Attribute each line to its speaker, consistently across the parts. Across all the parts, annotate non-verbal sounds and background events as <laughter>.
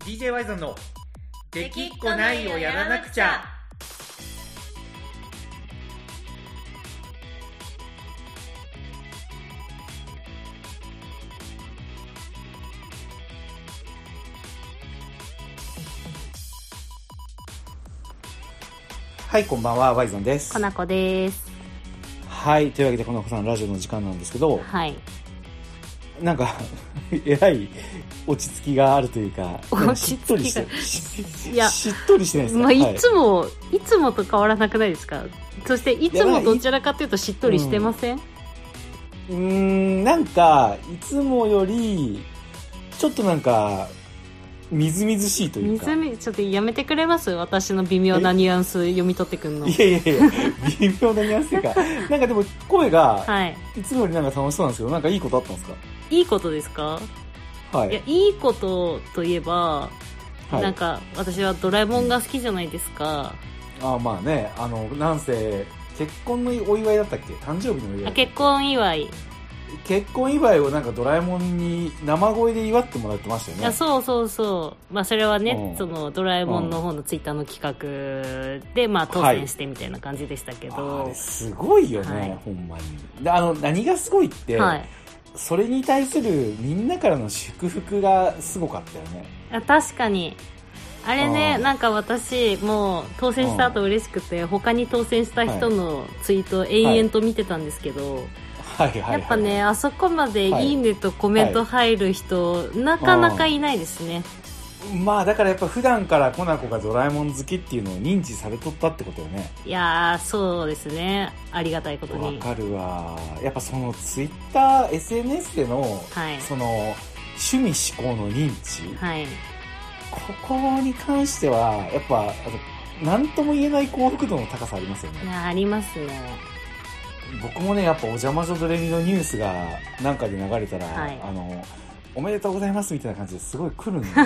Speaker 1: DJ ワイゾンの「できっこないをやらなくちゃ」はいこんばんはワイゾンです
Speaker 2: かなこです
Speaker 1: はいというわけでこの子さんラジオの時間なんですけど
Speaker 2: はい
Speaker 1: なんか <laughs> えらい落ち着きがあるというかなんかしっとりして
Speaker 2: 落
Speaker 1: し
Speaker 2: いや
Speaker 1: しっとりしてないですか、
Speaker 2: まあ、
Speaker 1: はい
Speaker 2: つも、い、つもと変わらなくないですかそしていつ
Speaker 1: いやまあ
Speaker 2: も
Speaker 1: い
Speaker 2: どちらかというとしっとりしてません、
Speaker 1: うーんなんかいつもよりちょっとなんかみずみずしいというか
Speaker 2: 水見ちょっとやめてくれます私の微妙なニュアンス読み取ってくんの
Speaker 1: いやいやいや微妙なニュアンスという
Speaker 2: <laughs>
Speaker 1: かなんかでも声が
Speaker 2: はい
Speaker 1: いつもよりなんか楽しそうなんですけどなんかいいことあったんです
Speaker 2: いいことですか
Speaker 1: かはい
Speaker 2: や
Speaker 1: い
Speaker 2: いいことといえば、
Speaker 1: はい
Speaker 2: なんか私はドラえもんが好きじゃないですか、
Speaker 1: あまあねあのなんせ結婚のお祝いだったっけ誕生日のお祝
Speaker 2: あ
Speaker 1: い
Speaker 2: 結婚祝い
Speaker 1: 結婚祝いをなんかドラえもんに生声で祝ってもらってましたよ
Speaker 2: い
Speaker 1: ね
Speaker 2: やそうそうそう、まあ、それはね、
Speaker 1: うん
Speaker 2: そのドラえもんの方のツイッターの企画で、まあ、当選してみたいな感じでしたけ
Speaker 1: あ
Speaker 2: ど、
Speaker 1: れすごいよね、
Speaker 2: はい
Speaker 1: ほんまにであの何がすごいって、
Speaker 2: はい
Speaker 1: それに対するみんなからの祝福がすごかったよね
Speaker 2: あ確かにあれね
Speaker 1: うん
Speaker 2: なんか私もう当選した後嬉しくて、他に当選した人のツイートを延々と見てたんですけど、
Speaker 1: はいはい、はい、
Speaker 2: やっぱねあそこまで「いいね」とコメント入る人、なかなかいないですね、
Speaker 1: まあだからやっぱ普段からコナコがドラえもん好きっていうのを認知されとったってことよね
Speaker 2: いやーそうですねありがたいこと
Speaker 1: わ
Speaker 2: に
Speaker 1: かるわやっぱそのツイッター SNS での、
Speaker 2: はい
Speaker 1: その趣味思考の認知、
Speaker 2: はい
Speaker 1: ここに関してはやっぱあとなんとも言えない幸福度の高さありますよ
Speaker 2: い
Speaker 1: ね
Speaker 2: やありますね
Speaker 1: 僕もねやっぱお邪魔女ドレミのニュースがなんかで流れたら、
Speaker 2: はい
Speaker 1: あのおめでとうございますみたいな感じですごい来るんです
Speaker 2: <laughs>
Speaker 1: よ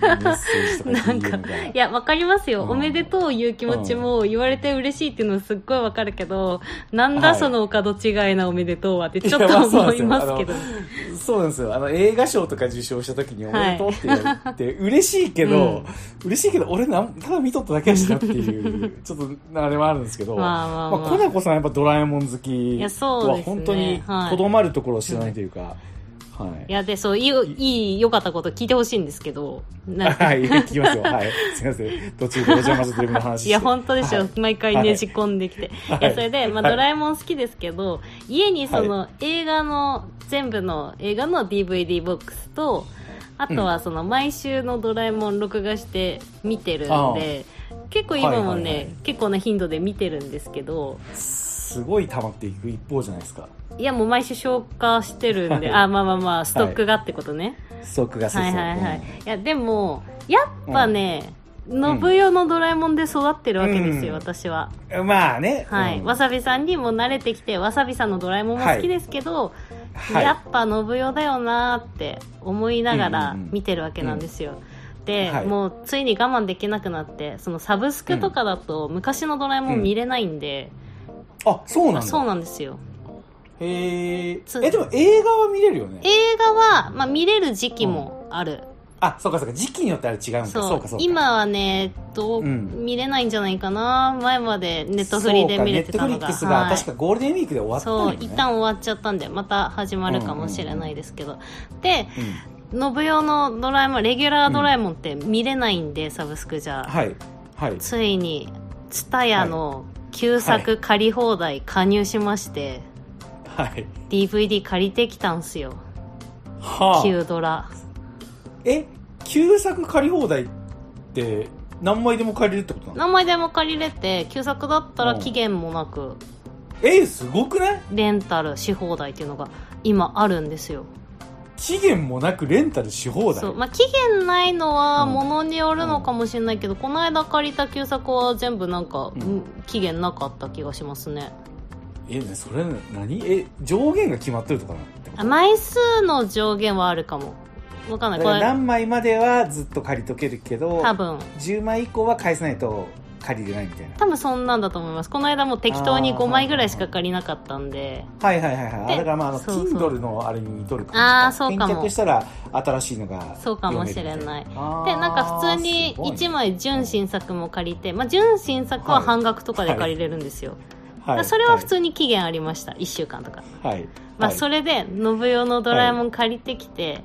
Speaker 1: メッセージとか
Speaker 2: なん
Speaker 1: DM
Speaker 2: か
Speaker 1: が、
Speaker 2: いや、わかりますよ。
Speaker 1: うん
Speaker 2: おめでとういう気持ちも、言われて嬉しいっていうのはすっごいわかるけど、なんだ
Speaker 1: はい
Speaker 2: そのお門違いなおめでとうはってちょっ
Speaker 1: いやまあ
Speaker 2: と
Speaker 1: そうなん
Speaker 2: 思
Speaker 1: です
Speaker 2: い
Speaker 1: よ
Speaker 2: ますけど。
Speaker 1: そうなんですよ。あの、映画賞とか受賞した時にお
Speaker 2: は
Speaker 1: めで
Speaker 2: い
Speaker 1: とうって言われて、嬉しいけど、嬉しいけど、俺なん、ただ見とっただけやしなっていう、ちょっと、あれもあるんですけど、ま
Speaker 2: まあま
Speaker 1: あ、
Speaker 2: あ
Speaker 1: コ
Speaker 2: ま
Speaker 1: ナコさんやっぱドラえもん好き
Speaker 2: いやそう
Speaker 1: と
Speaker 2: です
Speaker 1: は
Speaker 2: ね
Speaker 1: 本当に、
Speaker 2: はい
Speaker 1: とどまるところを知らないというか、はい
Speaker 2: あ。い。や、で、そう、いいよ、いい、良かったこと聞いてほしいんですけど。なんか
Speaker 1: はい、聞きますよ。はい。すいません。途中でお邪魔してテレビの話して。
Speaker 2: いや、本当でしょ。
Speaker 1: はい
Speaker 2: 毎回ねじ込んできて。
Speaker 1: はい
Speaker 2: い、や、それで、まあ、
Speaker 1: はい
Speaker 2: ドラえもん好きですけど、家にその、映画の、全部の映画の DVD ボックスと、あとはその、毎週のドラえもん録画して見てるん
Speaker 1: ああ
Speaker 2: で、結構今
Speaker 1: はい
Speaker 2: もね、
Speaker 1: はいはい
Speaker 2: 結構な頻度で見てるんですけど、
Speaker 1: すごい溜まっていく一方じゃないですか。
Speaker 2: いや、もう毎週消化してるんで、
Speaker 1: はい
Speaker 2: あ、まあまあまあ、ストックがってことね。
Speaker 1: ストックがそう
Speaker 2: は
Speaker 1: そ。
Speaker 2: いうはいはい。
Speaker 1: うん
Speaker 2: いや、でも、やっぱね、信代のドラえもんで育ってるわけですよ、
Speaker 1: うん
Speaker 2: 私は。
Speaker 1: まあね。
Speaker 2: はい、
Speaker 1: うん
Speaker 2: わさびさんにも慣れてきてわさびさんのドラえもんも好きですけど、
Speaker 1: はい
Speaker 2: やっぱ信代だよなーって思いながら
Speaker 1: うんうんうん
Speaker 2: 見てるわけなんですよ、で、
Speaker 1: はい
Speaker 2: もうついに我慢できなくなってそのサブスクとかだと昔のドラえもん見れないんで、
Speaker 1: あ、そうなんだ。
Speaker 2: そうなんですよ
Speaker 1: へえ。
Speaker 2: そう
Speaker 1: え、でも映画は見れるよね。
Speaker 2: 映画は、まあ、見れる時期もある、
Speaker 1: あ、そうかそうか。時期によってあれ違うんだ。そうかそうか。
Speaker 2: 今はね、えっと
Speaker 1: うん
Speaker 2: 見れないんじゃないかな前までネットフリで見れてた
Speaker 1: そ
Speaker 2: の
Speaker 1: うかネットフリッ
Speaker 2: が
Speaker 1: クス
Speaker 2: は
Speaker 1: が
Speaker 2: い
Speaker 1: 確かゴールデンウィークで終わったん
Speaker 2: そう
Speaker 1: よね。
Speaker 2: 一旦終わっちゃったんでまた始まるかもしれないですけど、で信代のドラえもんレギュラードラえもんって見れないんで、サブスクじ
Speaker 1: う
Speaker 2: ゃ、
Speaker 1: ん。はい。はい。
Speaker 2: ついに TSUTAYA の旧作借り放題加入しまして、
Speaker 1: はい。
Speaker 2: DVD 借りてきたんすよ
Speaker 1: はあ。
Speaker 2: 旧ドラ
Speaker 1: え、旧作借り放題って何枚でも借りるってことなの
Speaker 2: 名前でも借りれて旧作だった
Speaker 1: う
Speaker 2: ら
Speaker 1: ん
Speaker 2: 期限もなく
Speaker 1: え、すごくない
Speaker 2: レンタルし放題っていうのが今あるんですよ
Speaker 1: 期限もなくレンタルし放題
Speaker 2: そう、。まあ、期限ないのは
Speaker 1: うん
Speaker 2: ものによるのかもしれないけど、この間借りた旧作は全部なんか、
Speaker 1: うん
Speaker 2: うん期限なかった気がしますね
Speaker 1: え、ねそれ何え、上限が決まってるとかなってこと
Speaker 2: あ枚数の上限はあるかもわかんな
Speaker 1: だ
Speaker 2: い
Speaker 1: から
Speaker 2: これ
Speaker 1: 何枚まではずっと借りとけるけど、
Speaker 2: 多分
Speaker 1: 10枚以降は返さないと借りれないみたいな
Speaker 2: 多分そんなんだと思いますこの間も適当に
Speaker 1: あー
Speaker 2: 5枚ぐらいしか借りなかったんで
Speaker 1: はいはいはいはいあ
Speaker 2: で
Speaker 1: だからまああの
Speaker 2: そうそう
Speaker 1: Kindle のあれに似とる感じ
Speaker 2: あーそうかも
Speaker 1: 返却したら新しいのが
Speaker 2: そうかもしれない
Speaker 1: で
Speaker 2: でなんか普通に1枚純新作も借りて、まあ、純新作は半額とかで借りれるんですよ、だからそれは普通に期限ありました、1週間とか、
Speaker 1: はい、はい
Speaker 2: まあ、
Speaker 1: はい
Speaker 2: それで「信代のドラえもん」借りてきて、
Speaker 1: はい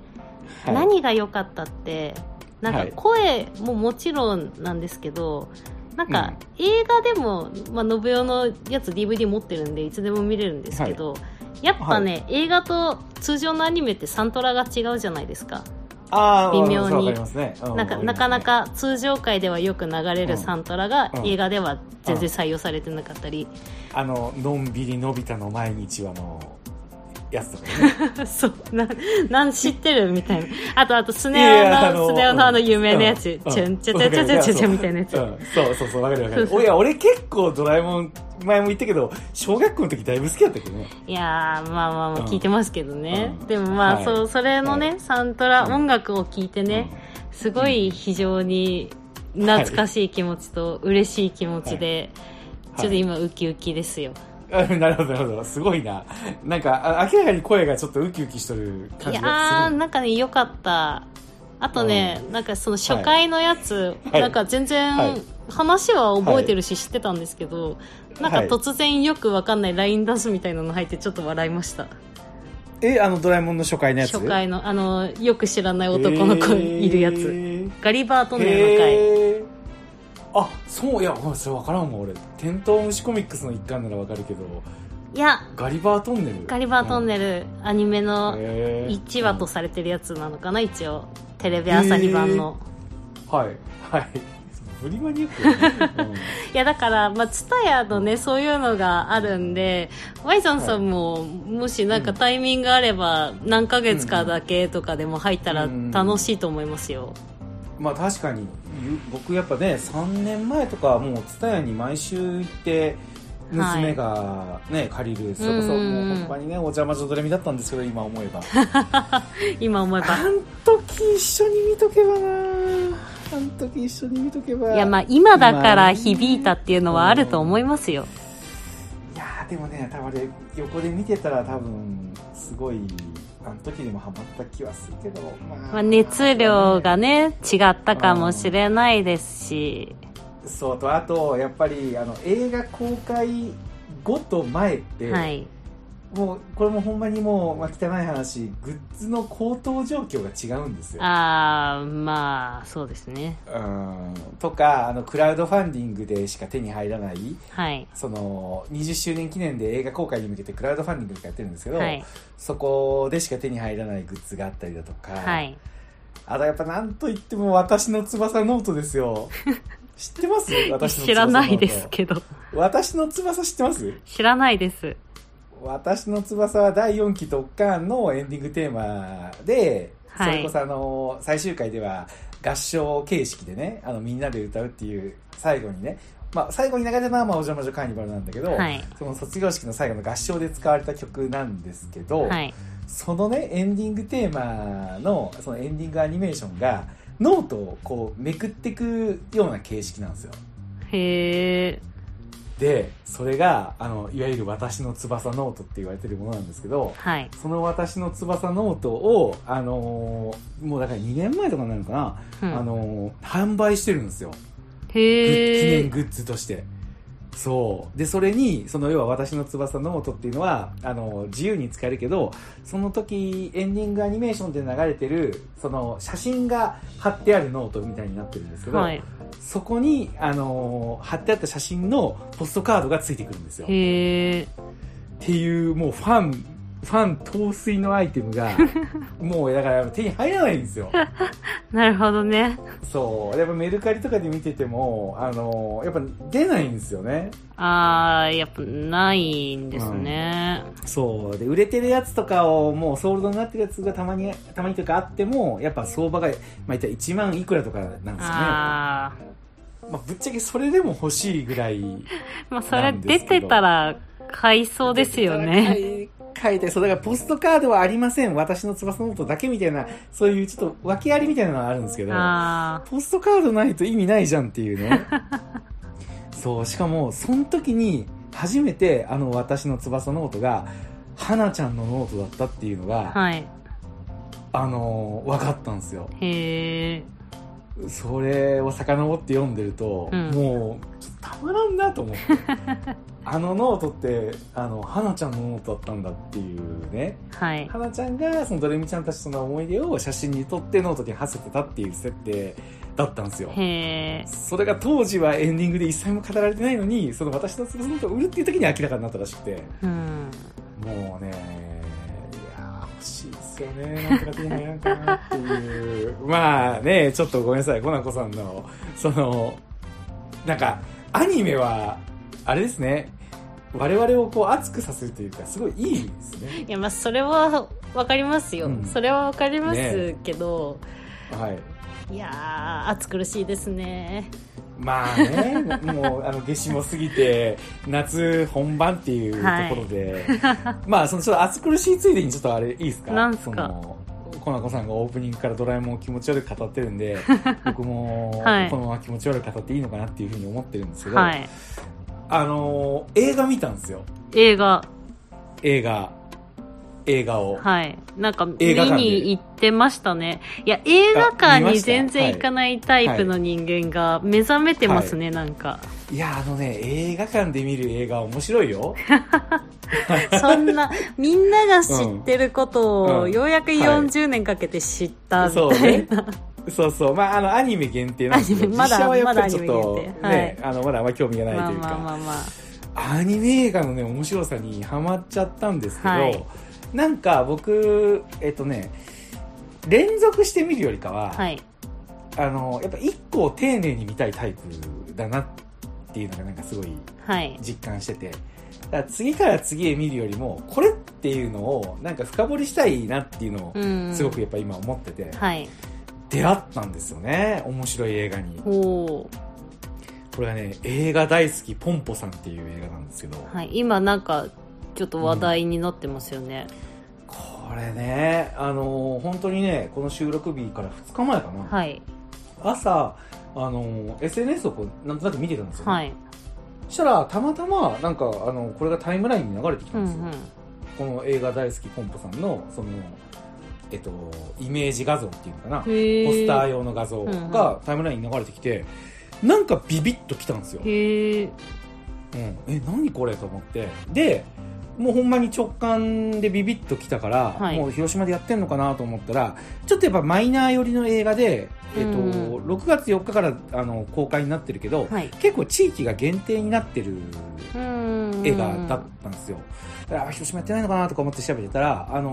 Speaker 2: 何が良かったってなん
Speaker 1: は
Speaker 2: か
Speaker 1: い
Speaker 2: 声ももちろんなんですけど、なんか映画でも、まあ、信代のやつ DVD 持ってるんでいつでも見れるんですけど、やっぱね、映画と通常のアニメってサントラが違うじゃないですか
Speaker 1: あー
Speaker 2: 微妙に
Speaker 1: わかりますねう
Speaker 2: なんか
Speaker 1: わ
Speaker 2: な
Speaker 1: りますね
Speaker 2: かなか通常回ではよく流れるサントラが
Speaker 1: うん
Speaker 2: 映画では全然採用されてなかったり、 <laughs>
Speaker 1: あののんびりのび太の毎日はのやつとか
Speaker 2: <laughs>
Speaker 1: ね
Speaker 2: そうななん知ってるみたいなあとあとスネ
Speaker 1: いやいや
Speaker 2: 夫
Speaker 1: あの
Speaker 2: のスネ夫のあの有名なやつ
Speaker 1: うん
Speaker 2: チュンチュチュチュチュチュチュみたいなやつ
Speaker 1: うんそうそうそうわかるわか
Speaker 2: そ
Speaker 1: る
Speaker 2: うそう
Speaker 1: おや俺結構ドラえもん前も言ったけど小学校の時だいぶ好きだったけどね
Speaker 2: いやーまあまあ
Speaker 1: う
Speaker 2: ま
Speaker 1: ん
Speaker 2: あ聞いてますけどね、
Speaker 1: うん
Speaker 2: でもまあ、
Speaker 1: はい
Speaker 2: そうそれのね、サントラ、
Speaker 1: うん
Speaker 2: 音楽を聴いてね、すごい非常に懐かしい気持ちと嬉しい気持ちで、
Speaker 1: はい
Speaker 2: ちょっと今ウキウキですよ、
Speaker 1: あ <laughs> なるほどなるほどすごいななんかあ明らかに声がちょっとウキウキしとる
Speaker 2: い、
Speaker 1: 感じ
Speaker 2: や
Speaker 1: が
Speaker 2: ー
Speaker 1: する
Speaker 2: なんかね良かったあとね、なんかその初回のやつ、
Speaker 1: はい
Speaker 2: なんか全然、
Speaker 1: はい
Speaker 2: 話は覚えてるし知ってたんですけど、なんか突然よくわかんない LINE ダンスみたいなの入ってちょっと笑いました。
Speaker 1: えあのドラえもんの初回のやつ
Speaker 2: 初回の、あの、よく知らない男の子いるやつ。
Speaker 1: えー
Speaker 2: ガリバートンネルの回。
Speaker 1: へーあそういやごめんそれ分からんもん俺テントウムシコミックスの一環なら分かるけど
Speaker 2: いや、
Speaker 1: ガリバートンネル
Speaker 2: ガリバート
Speaker 1: ル
Speaker 2: ンネル、アニメの1
Speaker 1: 1
Speaker 2: 話とされてるやつなのかな、一応。テレビ朝日版の。
Speaker 1: はいはいブリマニア
Speaker 2: <laughs>
Speaker 1: ック、うん、
Speaker 2: いや、だから、まあ、ツタヤのね、そういうのがあるんで、ワイソンさんも、もしなんかタイミングあれば、何ヶ月かだけとかでも入ったら
Speaker 1: うん
Speaker 2: 楽しいと思いますよ。
Speaker 1: まあ確かにゆ僕やっぱね3年前とかはもう蔦屋に毎週行って
Speaker 2: はい
Speaker 1: 娘がね、借りるそれこそ
Speaker 2: うんうんう
Speaker 1: も
Speaker 2: ん
Speaker 1: うほんまにねお邪魔女ドレミだったんですけど今思えば
Speaker 2: 今思えば。
Speaker 1: あん時一緒に見とけばなあん時一緒に見とけば
Speaker 2: いや、まあ、今だから響いたっていうのはあると思いますよ。
Speaker 1: いやーでもね多分あれ横で見てたら多分すごいあの時にもハマった気はするけど、まあ
Speaker 2: まあ、熱量がね、違ったかもしれないですし。
Speaker 1: そうとあとやっぱりあの映画公開後と前って、
Speaker 2: はい。
Speaker 1: もうこれもほんまにもう、まあ、汚い話グッズの高騰状況が違うんですよ
Speaker 2: ああまあそうですね
Speaker 1: うんとかあのクラウドファンディングでしか手に入らない
Speaker 2: はい
Speaker 1: その20周年記念で映画公開に向けてクラウドファンディングとかやってるんですけど、
Speaker 2: はい
Speaker 1: そこでしか手に入らないグッズがあったりだとか、
Speaker 2: はい
Speaker 1: あとやっぱなんといっても私の翼ノートです
Speaker 2: <laughs>
Speaker 1: よ知ってます私の翼
Speaker 2: 知らないです
Speaker 1: ど
Speaker 2: けど
Speaker 1: 私の翼知ってます
Speaker 2: 知らないです
Speaker 1: 私の翼は第4期ドッカーンのエンディングテーマで、
Speaker 2: はい
Speaker 1: それこそあの最終回では合唱形式でねあのみんなで歌うっていう最後にね、まあ、最後に流れたのは「まあおじゃまじょカーニバル」なんだけど、
Speaker 2: はい
Speaker 1: その卒業式の最後の合唱で使われた曲なんですけど、
Speaker 2: はい
Speaker 1: そのねエンディングテーマのそのエンディングアニメーションがノートをこうめくってくような形式なんですよ。
Speaker 2: へえ
Speaker 1: でそれがあのいわゆる「私の翼ノート」って言われてるものなんですけど、
Speaker 2: はい
Speaker 1: その私の翼ノートを、あのーもうだから2年前とかになるのかな、
Speaker 2: うん
Speaker 1: あのー販売してるんですよ。グッ記
Speaker 2: へ
Speaker 1: 念
Speaker 2: え
Speaker 1: グッズとして。そう。で、それに、その要は私の翼ノートっていうのは、あのー自由に使えるけど、その時、エンディングアニメーションで流れてる、その写真が貼ってあるノートみたいになってるんですけど、
Speaker 2: はい
Speaker 1: そこに、あのー貼ってあった写真のポストカードがついてくるんですよ。
Speaker 2: へえ
Speaker 1: っていうもうファンファン陶酔のアイテム
Speaker 2: <laughs>
Speaker 1: がもうだから手に入らないんですよ
Speaker 2: なるほどね
Speaker 1: そうやっぱメルカリとかで見ててもあのやっぱ出ないんですよね
Speaker 2: ああやっぱないんですね、
Speaker 1: そうで売れてるやつとかをもうソールドになってるやつがたまにたまにというかあってもやっぱ相場がまあいったら1万いくらとかなんですよね
Speaker 2: ああ
Speaker 1: まあ、ぶっちゃけそれでも欲しいぐらい
Speaker 2: まあそれ出てたら買いそうですよね
Speaker 1: 書いてそうだからポストカードはありません私の翼ノートだけみたいなそういうちょっと訳ありみたいなのはあるんですけど
Speaker 2: あ
Speaker 1: ポストカードないと意味ないじゃんっていうね。そう、しかも、その時に、初めて、あの、私の翼ノートが、花ちゃんのノートだったっていうのが、
Speaker 2: はい。
Speaker 1: あのー分かったんですよ。
Speaker 2: へえ。
Speaker 1: それを遡って読んでると、
Speaker 2: う
Speaker 1: も
Speaker 2: ん
Speaker 1: う、ちょっとたまらんなと
Speaker 2: <laughs>
Speaker 1: 思って。あのノートって、あの、花ちゃんのノートだったんだっていうね。
Speaker 2: はい。
Speaker 1: 花ちゃんが、そのドレミちゃんたちとの思い出を写真に撮ってノートに貼せてたっていう設定だったんですよ。
Speaker 2: へえ。
Speaker 1: それが当時はエンディングで一切も語られてないのに、その私の翼ノートを売るっていう時に明らかになったらしくて。
Speaker 2: うん。
Speaker 1: もうね、いやー欲しいですよね、なんとか手に入らんかなっていう。まあね、ちょっとごめんなさい、コナコさんの、その、なんか、アニメは、あれですね、我々をこう熱くさせるというか、すごいいいですね。
Speaker 2: いや、まあ、それはわかりますよ。
Speaker 1: うん
Speaker 2: それはわかりますけど、
Speaker 1: はい。
Speaker 2: いやー、暑苦しいですね。
Speaker 1: まあね、もう、あの、夏至も過ぎて、夏本番っていうところで、まあ、その、ちょっと暑苦しいついでに、ちょっとあれ、いいですか
Speaker 2: なんす
Speaker 1: そ
Speaker 2: か
Speaker 1: の、コナコさんがオープニングからドラえもんを気持ち悪く語ってるん
Speaker 2: <laughs>
Speaker 1: で、僕も、
Speaker 2: はい
Speaker 1: このまま気持ち悪く語っていいのかなっていうふうに思ってるんですけど、
Speaker 2: はい。
Speaker 1: あの、映画見たんですよ。
Speaker 2: 映画、
Speaker 1: 映画。映画を。
Speaker 2: はい。なんか、見
Speaker 1: 映画館で
Speaker 2: に行ってましたね。いや、映画館
Speaker 1: あ見ま
Speaker 2: に
Speaker 1: した
Speaker 2: 全然行かないタイプの人間が目覚めてますね、なんか。
Speaker 1: い、や、あのね、映画館で見る映画面白いよ。
Speaker 2: そん
Speaker 1: <laughs>
Speaker 2: な、みんなが知ってること
Speaker 1: う
Speaker 2: を、
Speaker 1: ん
Speaker 2: ようやく40年かけて知ったみ
Speaker 1: そう
Speaker 2: たい
Speaker 1: ね
Speaker 2: な。。
Speaker 1: そうそう。まあ、あの、アニメ限定なんですけ
Speaker 2: アニ
Speaker 1: ど、
Speaker 2: メまだ
Speaker 1: 実写はやっぱりちょっ
Speaker 2: まだアニ
Speaker 1: と、
Speaker 2: メ限定はい
Speaker 1: ね、あの、まだあんま興味がない
Speaker 2: まあ
Speaker 1: というか、
Speaker 2: まあまあまあ。
Speaker 1: アニメ映画のね、面白さにハマっちゃったんですけど、
Speaker 2: はい
Speaker 1: なんか僕、えっとね、連続して見るよりかは、
Speaker 2: はい。
Speaker 1: あの、やっぱ一個を丁寧に見たいタイプだなっていうのがなんかすごい
Speaker 2: はい。
Speaker 1: 実感してて、だから次から次へ見るよりも、これっていうのをなんか深掘りしたいなっていうのを
Speaker 2: う、ん。
Speaker 1: すごくやっぱ今思ってて、
Speaker 2: はい。
Speaker 1: 出会ったんですよね、面白い映画に。
Speaker 2: ほう。
Speaker 1: これはね、映画大好きポンポさんっていう映画なんですけど、
Speaker 2: はい。今なんか、ちょっと話題になってますよね。
Speaker 1: これね、あのー本当にね、この収録日から2日前かな、
Speaker 2: はい。
Speaker 1: 朝、あのー SNS をこうなんとなく見てたんですよ、
Speaker 2: はい。
Speaker 1: そしたら、たまたま、なんか、あのこれがタイムラインに流れてきた
Speaker 2: うんん
Speaker 1: で
Speaker 2: う
Speaker 1: すよ。
Speaker 2: ん。
Speaker 1: この映画大好きポンポさんの、その、えっと、イメージ画像っていうのかな、
Speaker 2: へ
Speaker 1: ポ
Speaker 2: ー
Speaker 1: スター用の画像
Speaker 2: うん
Speaker 1: がタイムラインに流れてきて、なんかビビッときたんですよ。
Speaker 2: へえ。
Speaker 1: うん、え何これと思ってでもうほんまに直感でビビッときたから、
Speaker 2: はい
Speaker 1: もう広島でやってんのかなと思ったらちょっとやっぱマイナー寄りの映画で、えっと
Speaker 2: うん
Speaker 1: 6月4日からあの公開になってるけど、
Speaker 2: はい。
Speaker 1: 結構地域が限定になってる
Speaker 2: うん。
Speaker 1: 映画だったんですよ、だからあ広島やってないのかなとか思って調べてたら、あの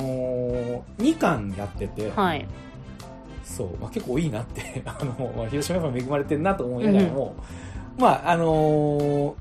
Speaker 1: 2巻やってて、
Speaker 2: はい。
Speaker 1: そう、まあ、結構いいなって <laughs> あの、まあ、広島やっぱ恵まれてるなと思いながらも、まああのー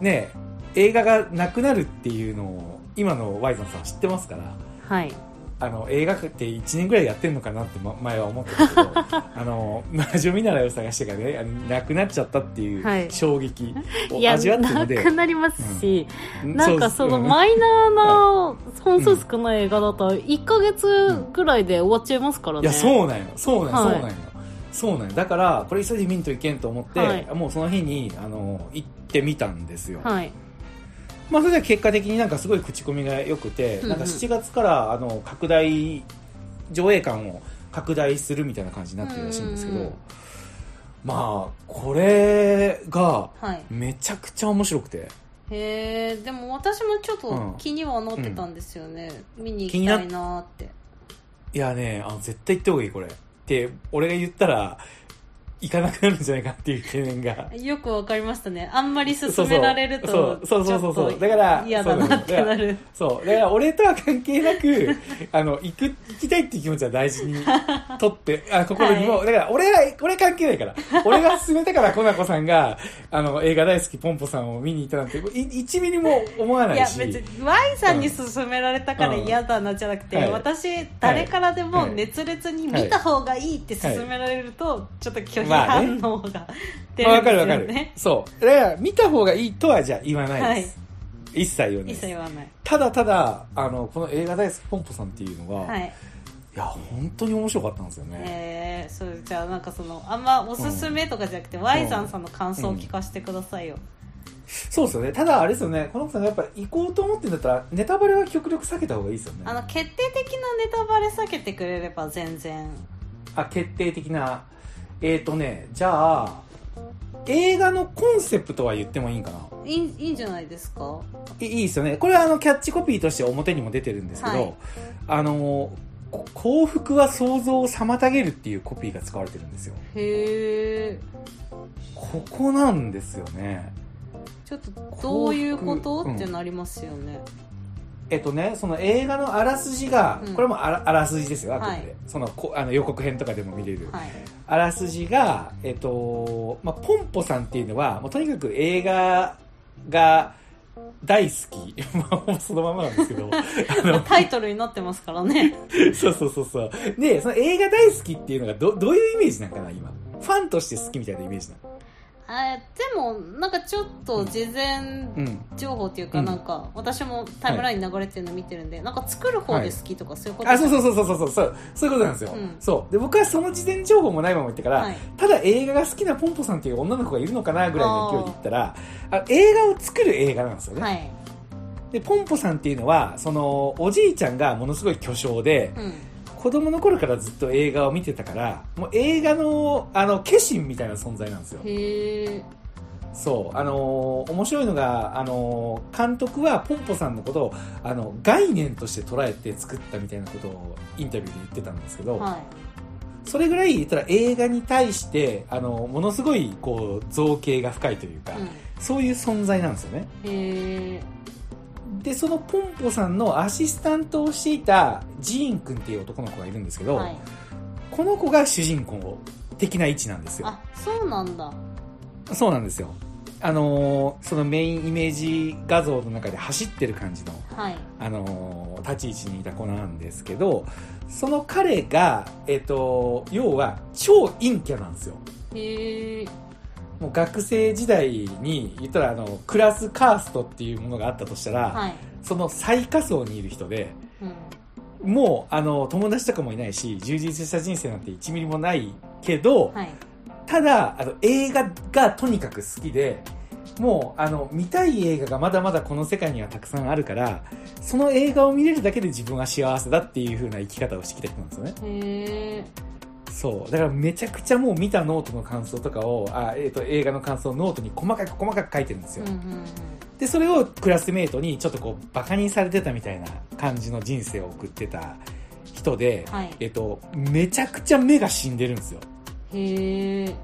Speaker 1: ね映画がなくなるっていうのを今のワイザンさんは知ってますから
Speaker 2: はい。
Speaker 1: あの映画って1年ぐらいやってんのかなって、ま、前は思ってたけ
Speaker 2: <laughs>
Speaker 1: どあの魔女見習いを探してからねあのなくなっちゃったってい
Speaker 2: はいう
Speaker 1: 衝撃
Speaker 2: <laughs> い
Speaker 1: を
Speaker 2: や、
Speaker 1: 味わってるの
Speaker 2: な
Speaker 1: で、
Speaker 2: くなりますし、
Speaker 1: うん
Speaker 2: なんかそうの
Speaker 1: うん
Speaker 2: マイナーな本数少ない映画だと1ヶ月ぐらいで終わっちゃいますからね。
Speaker 1: いや、そうなんよ。そうなんよ、
Speaker 2: はい
Speaker 1: そうなんよ。そうなんよ。だから、これ急いで見んといけんと思って、
Speaker 2: はい
Speaker 1: もうその日に、あの、行ってみたんですよ。
Speaker 2: はい。
Speaker 1: まあ、それでは結果的になんかすごい口コミが良くて、
Speaker 2: うんうん
Speaker 1: なんか7月から、あの、拡大、上映館を拡大するみたいな感じになってるらしいんですけど、
Speaker 2: うんうん
Speaker 1: まあ、これが、
Speaker 2: はい。
Speaker 1: めちゃくちゃ面白くて、
Speaker 2: へえ、でも私もちょっ
Speaker 1: うん
Speaker 2: と気にはなってたんですよね。見に
Speaker 1: 気
Speaker 2: 行
Speaker 1: に
Speaker 2: き
Speaker 1: な
Speaker 2: た
Speaker 1: っ
Speaker 2: いなーって。
Speaker 1: いやね、あの、絶対行った方がいい、これ。って、俺が言ったら、行かなくなるんじゃないかっていう懸念が。
Speaker 2: よくわかりましたね。あんまり勧められると、ち
Speaker 1: そ
Speaker 2: ょ
Speaker 1: う
Speaker 2: っ
Speaker 1: そうそうそうそう
Speaker 2: と
Speaker 1: だから
Speaker 2: 嫌だなってな
Speaker 1: そう
Speaker 2: る。
Speaker 1: そうだから俺とは関係なくあの行く行きたいっていう気持ちは大事にと
Speaker 2: <laughs>
Speaker 1: ってあ心にも、だから俺は俺関係ないから俺が勧めたからコナコさんがあの映画大好きポンポさんを見に行ったなんてい1ミリも思わ
Speaker 2: い
Speaker 1: ない
Speaker 2: や
Speaker 1: し
Speaker 2: 別に Y さんに勧められたから嫌だなじゃなくて、
Speaker 1: うんはい
Speaker 2: 私誰からでも熱烈に見た方がいいって勧められるとちょっと拒否反応が出
Speaker 1: まあ
Speaker 2: る
Speaker 1: わ
Speaker 2: ん
Speaker 1: かる
Speaker 2: ですよ
Speaker 1: わかる
Speaker 2: ね。
Speaker 1: そうだから見た方がいいとはじゃあ言わないです、一切言わないで
Speaker 2: 一
Speaker 1: す
Speaker 2: 切言わない。
Speaker 1: ただただあのこの映画大好きポンポさんっていうのが、、
Speaker 2: はいい。
Speaker 1: や本当に面白かったんですよね、
Speaker 2: えー、そうじゃあなんかそのあんまおすすめとかじゃなくて、Y さんさんの感想を聞かせてくださいよ。
Speaker 1: そうですよね。ただ、あれですよね。このさんがやっぱ行こうと思ってんだったら、ネタバレは極力避けた方がいいですよね。
Speaker 2: あの決定的なネタバレ避けてくれれば全然
Speaker 1: あ決定的なえっ、ー、とねじゃあ映画のコンセプトは言ってもいいんかない
Speaker 2: いいいんじゃないですか
Speaker 1: いいいですよねこれはあのキャッチコピーとして表にも出てるんですけど、
Speaker 2: はい
Speaker 1: あのこ幸福は想像を妨げるっていうコピーが使われてるんですよ
Speaker 2: へえ
Speaker 1: ここなんですよね
Speaker 2: ちょっとどういうこと、
Speaker 1: 幸福うん
Speaker 2: ってなりますよね
Speaker 1: えっとね、その映画のあらすじが、
Speaker 2: うん
Speaker 1: これもあらあらすじですよ、あくまで。
Speaker 2: はい
Speaker 1: そのこあの予告編とかでも見れる。
Speaker 2: <laughs> はい
Speaker 1: あらすじが、えっと、まあ、ポンポさんっていうのは、もうとにかく映画が大好き。 <laughs> まあ、そのままなんですけど。あの
Speaker 2: タイトルになってますからね
Speaker 1: そうそうそうそう。で、その映画大好きっていうのがど、どういうイメージなんかな、今。ファンとして好きみたいなイメージなの。
Speaker 2: あでもなんかちょっと事前
Speaker 1: うん。
Speaker 2: 情報っていうか、
Speaker 1: うん
Speaker 2: なんか私もタイムラインに流れてるの見てるんで、なんか作る方で好きとかそういうこと、
Speaker 1: あ、そうそうそうそうそうそう。そういうことなんですよ。
Speaker 2: うん
Speaker 1: そう。で、僕はその事前情報もないまま行ったから、
Speaker 2: はい、
Speaker 1: ただ映画が好きなポンポさんっていう女の子がいるのかなぐらいの勢いで言ったら、あ映画を作る映画なんですよね。
Speaker 2: はい
Speaker 1: で、ポンポさんっていうのは、その、おじいちゃんがものすごい巨匠で、
Speaker 2: うん、
Speaker 1: 子供の頃からずっと映画を見てたから、もう映画の、あの、化身みたいな存在なんですよ。
Speaker 2: へえ
Speaker 1: そう、あのー面白いのが、あのー監督はポンポさんのことを、あの、概念として捉えて作ったみたいなことをインタビューで言ってたんですけど、
Speaker 2: は
Speaker 1: それぐらい言ったら映画に対して、あの、ものすごい、こう、造形が深いというか、
Speaker 2: い、うん、
Speaker 1: そういう存在なんですよね。
Speaker 2: へえ
Speaker 1: で、そのポンポさんのアシスタントをしていたジーンくんっていう男の子がいるんですけど、
Speaker 2: はい
Speaker 1: この子が主人公的な位置なんですよ。
Speaker 2: あそうなんだ
Speaker 1: そうなんですよ。あのーそのメインイメージ画像の中で走ってる感じの、
Speaker 2: はい
Speaker 1: あのー立ち位置にいた子なんですけど、その彼が、えっ、と、要は超陰キャなんですよ。
Speaker 2: へえ
Speaker 1: もう学生時代に言ったらあのクラスカーストっていうものがあったとしたら、
Speaker 2: はい、
Speaker 1: その最下層にいる人で
Speaker 2: うん、
Speaker 1: もうあの友達とかもいないし充実した人生なんて1ミリもないけど、
Speaker 2: はい
Speaker 1: ただあの映画がとにかく好きでもうあの見たい映画がまだまだこの世界にはたくさんあるからその映画を見れるだけで自分は幸せだっていう風な生き方をしてきた人なんですよね
Speaker 2: へえ
Speaker 1: そう。だからめちゃくちゃもう見たノートの感想とかを、あえっ、と、映画の感想をノートに細かく細かく書いてるんです
Speaker 2: う
Speaker 1: よ。
Speaker 2: んうん
Speaker 1: で、それをクラスメートにちょっとこう、バカにされてたみたいな感じの人生を送ってた人で、
Speaker 2: はい
Speaker 1: えっ、と、めちゃくちゃ目が死んでるんですよ。
Speaker 2: うんへえ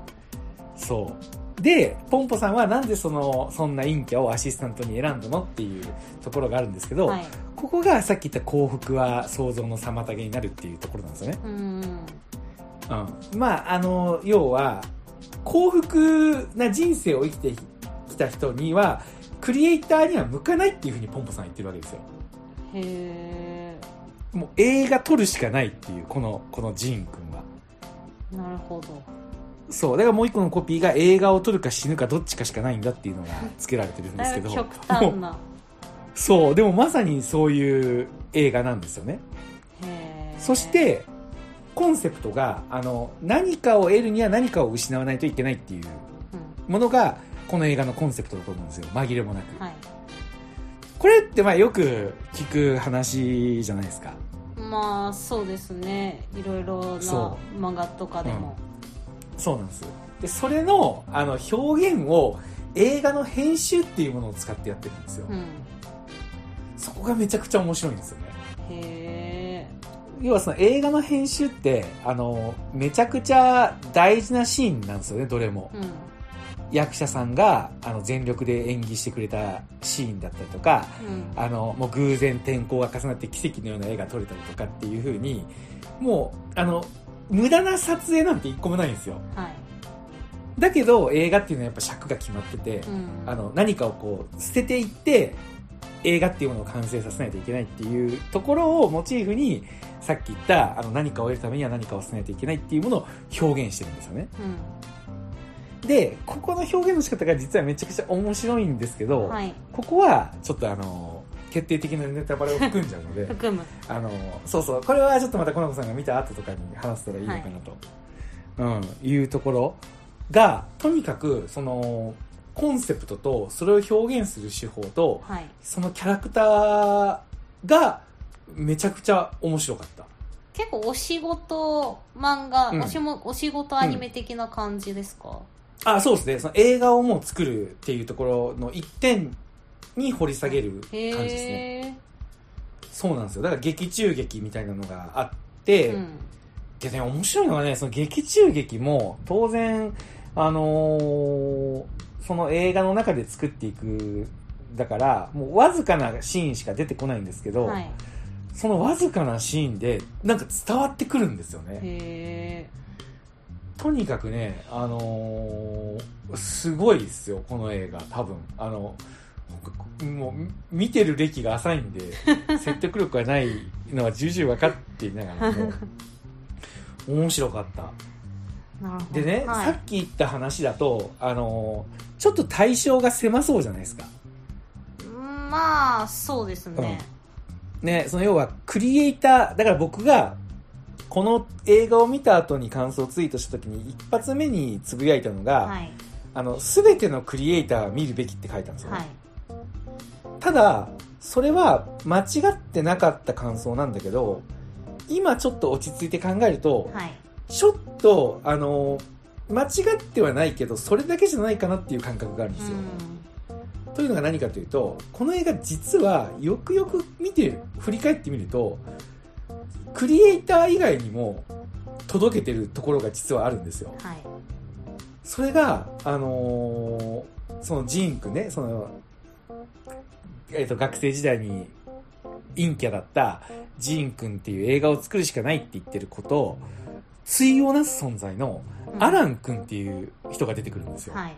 Speaker 1: そう。で、ポンポさんはなんでその、そんな陰キャをアシスタントに選んだのっていうところがあるんですけど、
Speaker 2: はい
Speaker 1: ここがさっき言った幸福は想像の妨げになるっていうところなんですよね。
Speaker 2: うんうん
Speaker 1: うん、まああの要は幸福な人生を生きてきた人にはクリエイターには向かないっていうふうにポンポさん言ってるわけですよ
Speaker 2: へえ
Speaker 1: もう映画撮るしかないっていうこのこのジーン君は
Speaker 2: なるほど
Speaker 1: そうだからもう一個のコピーが映画を撮るか死ぬかどっちかしかないんだっていうのが付けられてるんで
Speaker 2: だ
Speaker 1: す
Speaker 2: い
Speaker 1: け
Speaker 2: ぶ
Speaker 1: ど
Speaker 2: 極端な
Speaker 1: そうでもまさにそういう映画なんですよね
Speaker 2: へえ
Speaker 1: そしてコンセプトがあの何かを得るには何かを失わないといけないっていう
Speaker 2: うん
Speaker 1: ものがこの映画のコンセプトだと思うんですよ紛れもなく、
Speaker 2: はい
Speaker 1: これってまあよく聞く話じゃないですか
Speaker 2: まあそうですねいろいろな
Speaker 1: そ
Speaker 2: 漫画とかでも、
Speaker 1: そうなんですでそれのあの表現を映画の編集っていうものを使ってやってるんですよ、
Speaker 2: うん
Speaker 1: そこがめちゃくちゃ面白いんですよね
Speaker 2: へえ
Speaker 1: 要はその映画の編集ってあのめちゃくちゃ大事なシーンなんですよねどれも、
Speaker 2: うん
Speaker 1: 役者さんがあの全力で演技してくれたシーンだったりとか
Speaker 2: うん
Speaker 1: あの、もう偶然天候が重なって奇跡のような絵が撮れたりとかっていう風に、もう、あの、無駄な撮影なんて一個もないんですよ。
Speaker 2: はい
Speaker 1: だけど、映画っていうのはやっぱ尺が決まってて
Speaker 2: う、ん
Speaker 1: あの、何かをこう、捨てていって、映画っていうものを完成させないといけないっていうところをモチーフに、さっき言った、あの、何かを得るためには何かを捨てないといけないっていうものを表現してるんですよね。で、ここの表現の仕方が実はめちゃくちゃ面白いんですけ
Speaker 2: う
Speaker 1: ど、
Speaker 2: んはい
Speaker 1: ここは、ちょっとあの、決定的なネタバレを含んじゃうので、
Speaker 2: 含む
Speaker 1: あのそうそうこれはちょっとまたコナコさんが見た後とかに話せたらいいのかなと、い、うんいうところがとにかくそのコンセプトとそれを表現する手法と
Speaker 2: はい、
Speaker 1: そのキャラクターがめちゃくちゃ面白かった
Speaker 2: 結構お仕事漫画、
Speaker 1: うん
Speaker 2: おしもお仕事アニメ的な感じですか、
Speaker 1: あそうですねその映画をもう作るっていうところの一点に掘り下げる感じ
Speaker 2: へ
Speaker 1: ですね
Speaker 2: え、
Speaker 1: そうなんですよだから劇中劇みたいなのがあって、
Speaker 2: うん
Speaker 1: でね面白いのはねその劇中劇も当然あのーその映画の中で作っていくだからもうわずかなシーンしか出てこないんですけど、
Speaker 2: はい、へ
Speaker 1: そのわずかなシーンでなんか伝わってくるんですよね
Speaker 2: え
Speaker 1: とにかくねあのーすごいですよこの映画多分あの僕もう見てる歴が浅い
Speaker 2: <laughs>
Speaker 1: んで説得力がないのは重々分かっていながらも面白かった
Speaker 2: なるほど
Speaker 1: でね、
Speaker 2: はい
Speaker 1: さっき言った話だと、あのーちょっと対象が狭そうじゃないですか。
Speaker 2: うんまあそうですね、
Speaker 1: ね、その要はクリエイター、だから僕が、この映画を見た後に感想ツイートした時に一発目につぶやいたのが、
Speaker 2: はい
Speaker 1: あの、すべてのクリエイターは見るべきって書いたんですよね、
Speaker 2: はい
Speaker 1: ただ、それは間違ってなかった感想なんだけど、今ちょっと落ち着いて考えると、
Speaker 2: はい
Speaker 1: ちょっと、あのー間違ってはないけど、それだけじゃないかなっていう感覚があるんですよ。というのが何かというとこの映画実はよくよく見て振り返ってみるとクリエイター以外にも届けてるところが実はあるんですよ
Speaker 2: うんはい
Speaker 1: それがあのーそのジーンくんねその、えっと学生時代に陰キャだったジーンくんっていう映画を作るしかないって言ってることを対をなす存在の
Speaker 2: うん
Speaker 1: アランくんっていう人が出てくるんですよ、
Speaker 2: はい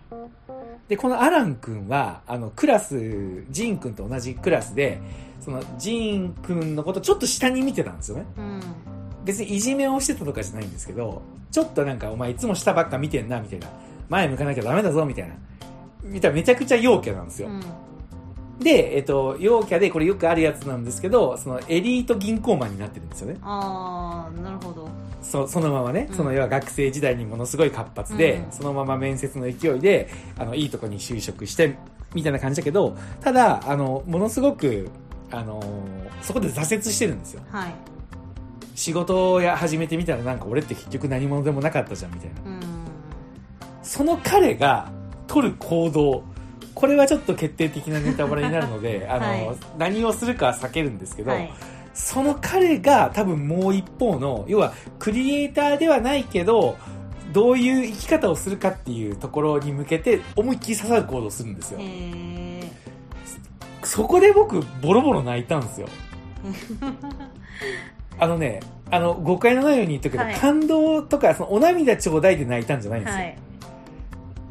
Speaker 1: で、このアラン君は、あの、クラス、ジーン君と同じクラスで、その、ジーン君のことちょっと下に見てたんですよね。
Speaker 2: うん
Speaker 1: 別にいじめをしてたとかじゃないんですけど、ちょっとなんか、お前いつも下ばっか見てんな、みたいな。前向かなきゃダメだぞ、みたいな。見たらめちゃくちゃ陽キャなんですよ
Speaker 2: う。ん
Speaker 1: で、えっと、陽キャで、これよくあるやつなんですけど、その、エリート銀行マンになってるんですよね。
Speaker 2: ああなるほど
Speaker 1: そそのままね、
Speaker 2: うん
Speaker 1: その要は学生時代にものすごい活発で、
Speaker 2: うん
Speaker 1: そのまま面接の勢いであのいいとこに就職してみたいな感じだけどただあのものすごくあのそこで挫折してるんですよ
Speaker 2: はい
Speaker 1: 仕事をや始めてみたらなんか俺って結局何者でもなかったじゃんみたいな
Speaker 2: うん
Speaker 1: その彼が取る行動これはちょっと決定的なネタバレになるので、あの
Speaker 2: <laughs> はい
Speaker 1: 何をするかは避けるんですけど、
Speaker 2: はい
Speaker 1: その彼が多分もう一方の、要はクリエイターではないけど、どういう生き方をするかっていうところに向けて思いっきり刺さる行動をするんですよ
Speaker 2: へ。え
Speaker 1: そこで僕、ボロボロ泣いたんです
Speaker 2: <laughs>
Speaker 1: よ。あのね、あの、誤解のないように言ったけど、
Speaker 2: はい
Speaker 1: 感動とか、そのお涙ちょうだいで泣いたんじゃないんですよ。
Speaker 2: はい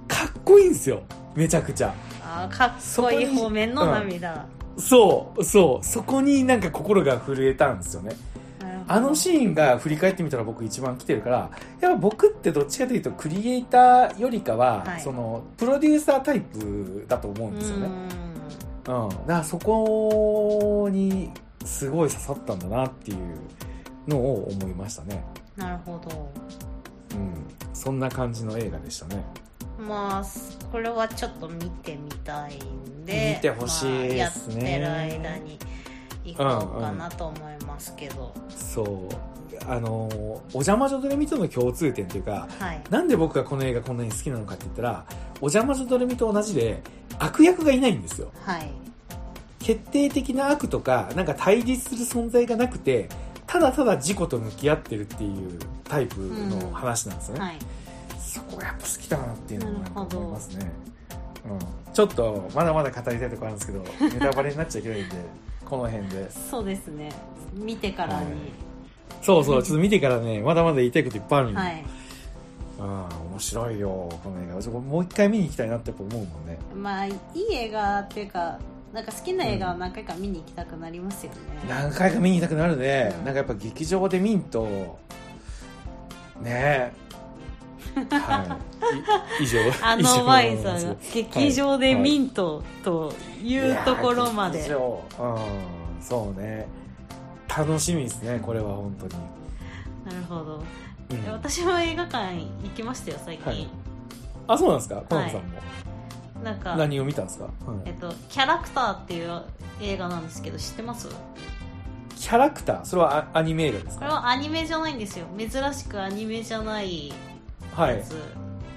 Speaker 1: かっこいいんですよ。めちゃくちゃ。
Speaker 2: あーかっこいい方面の涙、
Speaker 1: そう、そう、そこになんか心が震えたんですよね。
Speaker 2: なるほど
Speaker 1: あのシーンが振り返ってみたら僕一番来てるから、やっぱ僕ってどっちかというとクリエイターよりかは、
Speaker 2: はい
Speaker 1: その、プロデューサータイプだと思うんですよね。うん。だからそこにすごい刺さったんだなっていうのを思いましたね。
Speaker 2: うんなるほど
Speaker 1: うん。そんな感じの映画でしたね。
Speaker 2: まあすこれはちょっと見てみたいんで
Speaker 1: 見てほしいですね
Speaker 2: まあやってる間に行こうかなと思いますけど、
Speaker 1: そう。あの、お邪魔女ドレミとの共通点というか、
Speaker 2: はい
Speaker 1: なんで僕がこの映画こんなに好きなのかって言ったら、お邪魔女ドレミと同じで悪役がいないんですよ。
Speaker 2: はい
Speaker 1: 決定的な悪とか、なんか対立する存在がなくて、ただただ自己と向き合ってるっていうタイプの話なんですよね。
Speaker 2: はい
Speaker 1: そこがやっぱ好きだなっていうの
Speaker 2: なる
Speaker 1: が
Speaker 2: ほど
Speaker 1: 思いますね。うん、ちょっとまだまだ語りたいところなんです <laughs> けど、ネタバレになっちゃいけないんで、この辺で。
Speaker 2: そうですね見てからに
Speaker 1: そうそう、 <laughs> ちょっと見てからね、まだまだ言いたいこといっぱいあるんで。
Speaker 2: はい、
Speaker 1: うん、面白いよ、この映画。ちょもう一回見に行きたいなってやっぱ思うもんね。
Speaker 2: まあいい映画っていうかなんか好きな映画は何回か見に行きたくなりますよね、
Speaker 1: 何回か見に行きたくなるね、
Speaker 2: うん
Speaker 1: なんかやっぱ劇場で見んとねえ
Speaker 2: <laughs>
Speaker 1: はいい以上
Speaker 2: あ
Speaker 1: 以上
Speaker 2: のワイさん
Speaker 1: な
Speaker 2: が
Speaker 1: んですけど
Speaker 2: 劇場で
Speaker 1: はい
Speaker 2: ミントというところま
Speaker 1: いやー
Speaker 2: で、
Speaker 1: 劇場うんそうね楽しみですねこれは本当に、
Speaker 2: なるほど
Speaker 1: うん
Speaker 2: 私も映画館行きましたよ最近、
Speaker 1: はいあそうなんですかコナンさんも、
Speaker 2: なんか
Speaker 1: 何を見たんですか、うん
Speaker 2: えっと、キャラクターっていう映画なんですけど知ってますこ
Speaker 1: キャラクターそれはアアニメ映画です
Speaker 2: れ
Speaker 1: か
Speaker 2: はアニメじゃないんですよ珍しくアニメじゃないや
Speaker 1: はい
Speaker 2: つ、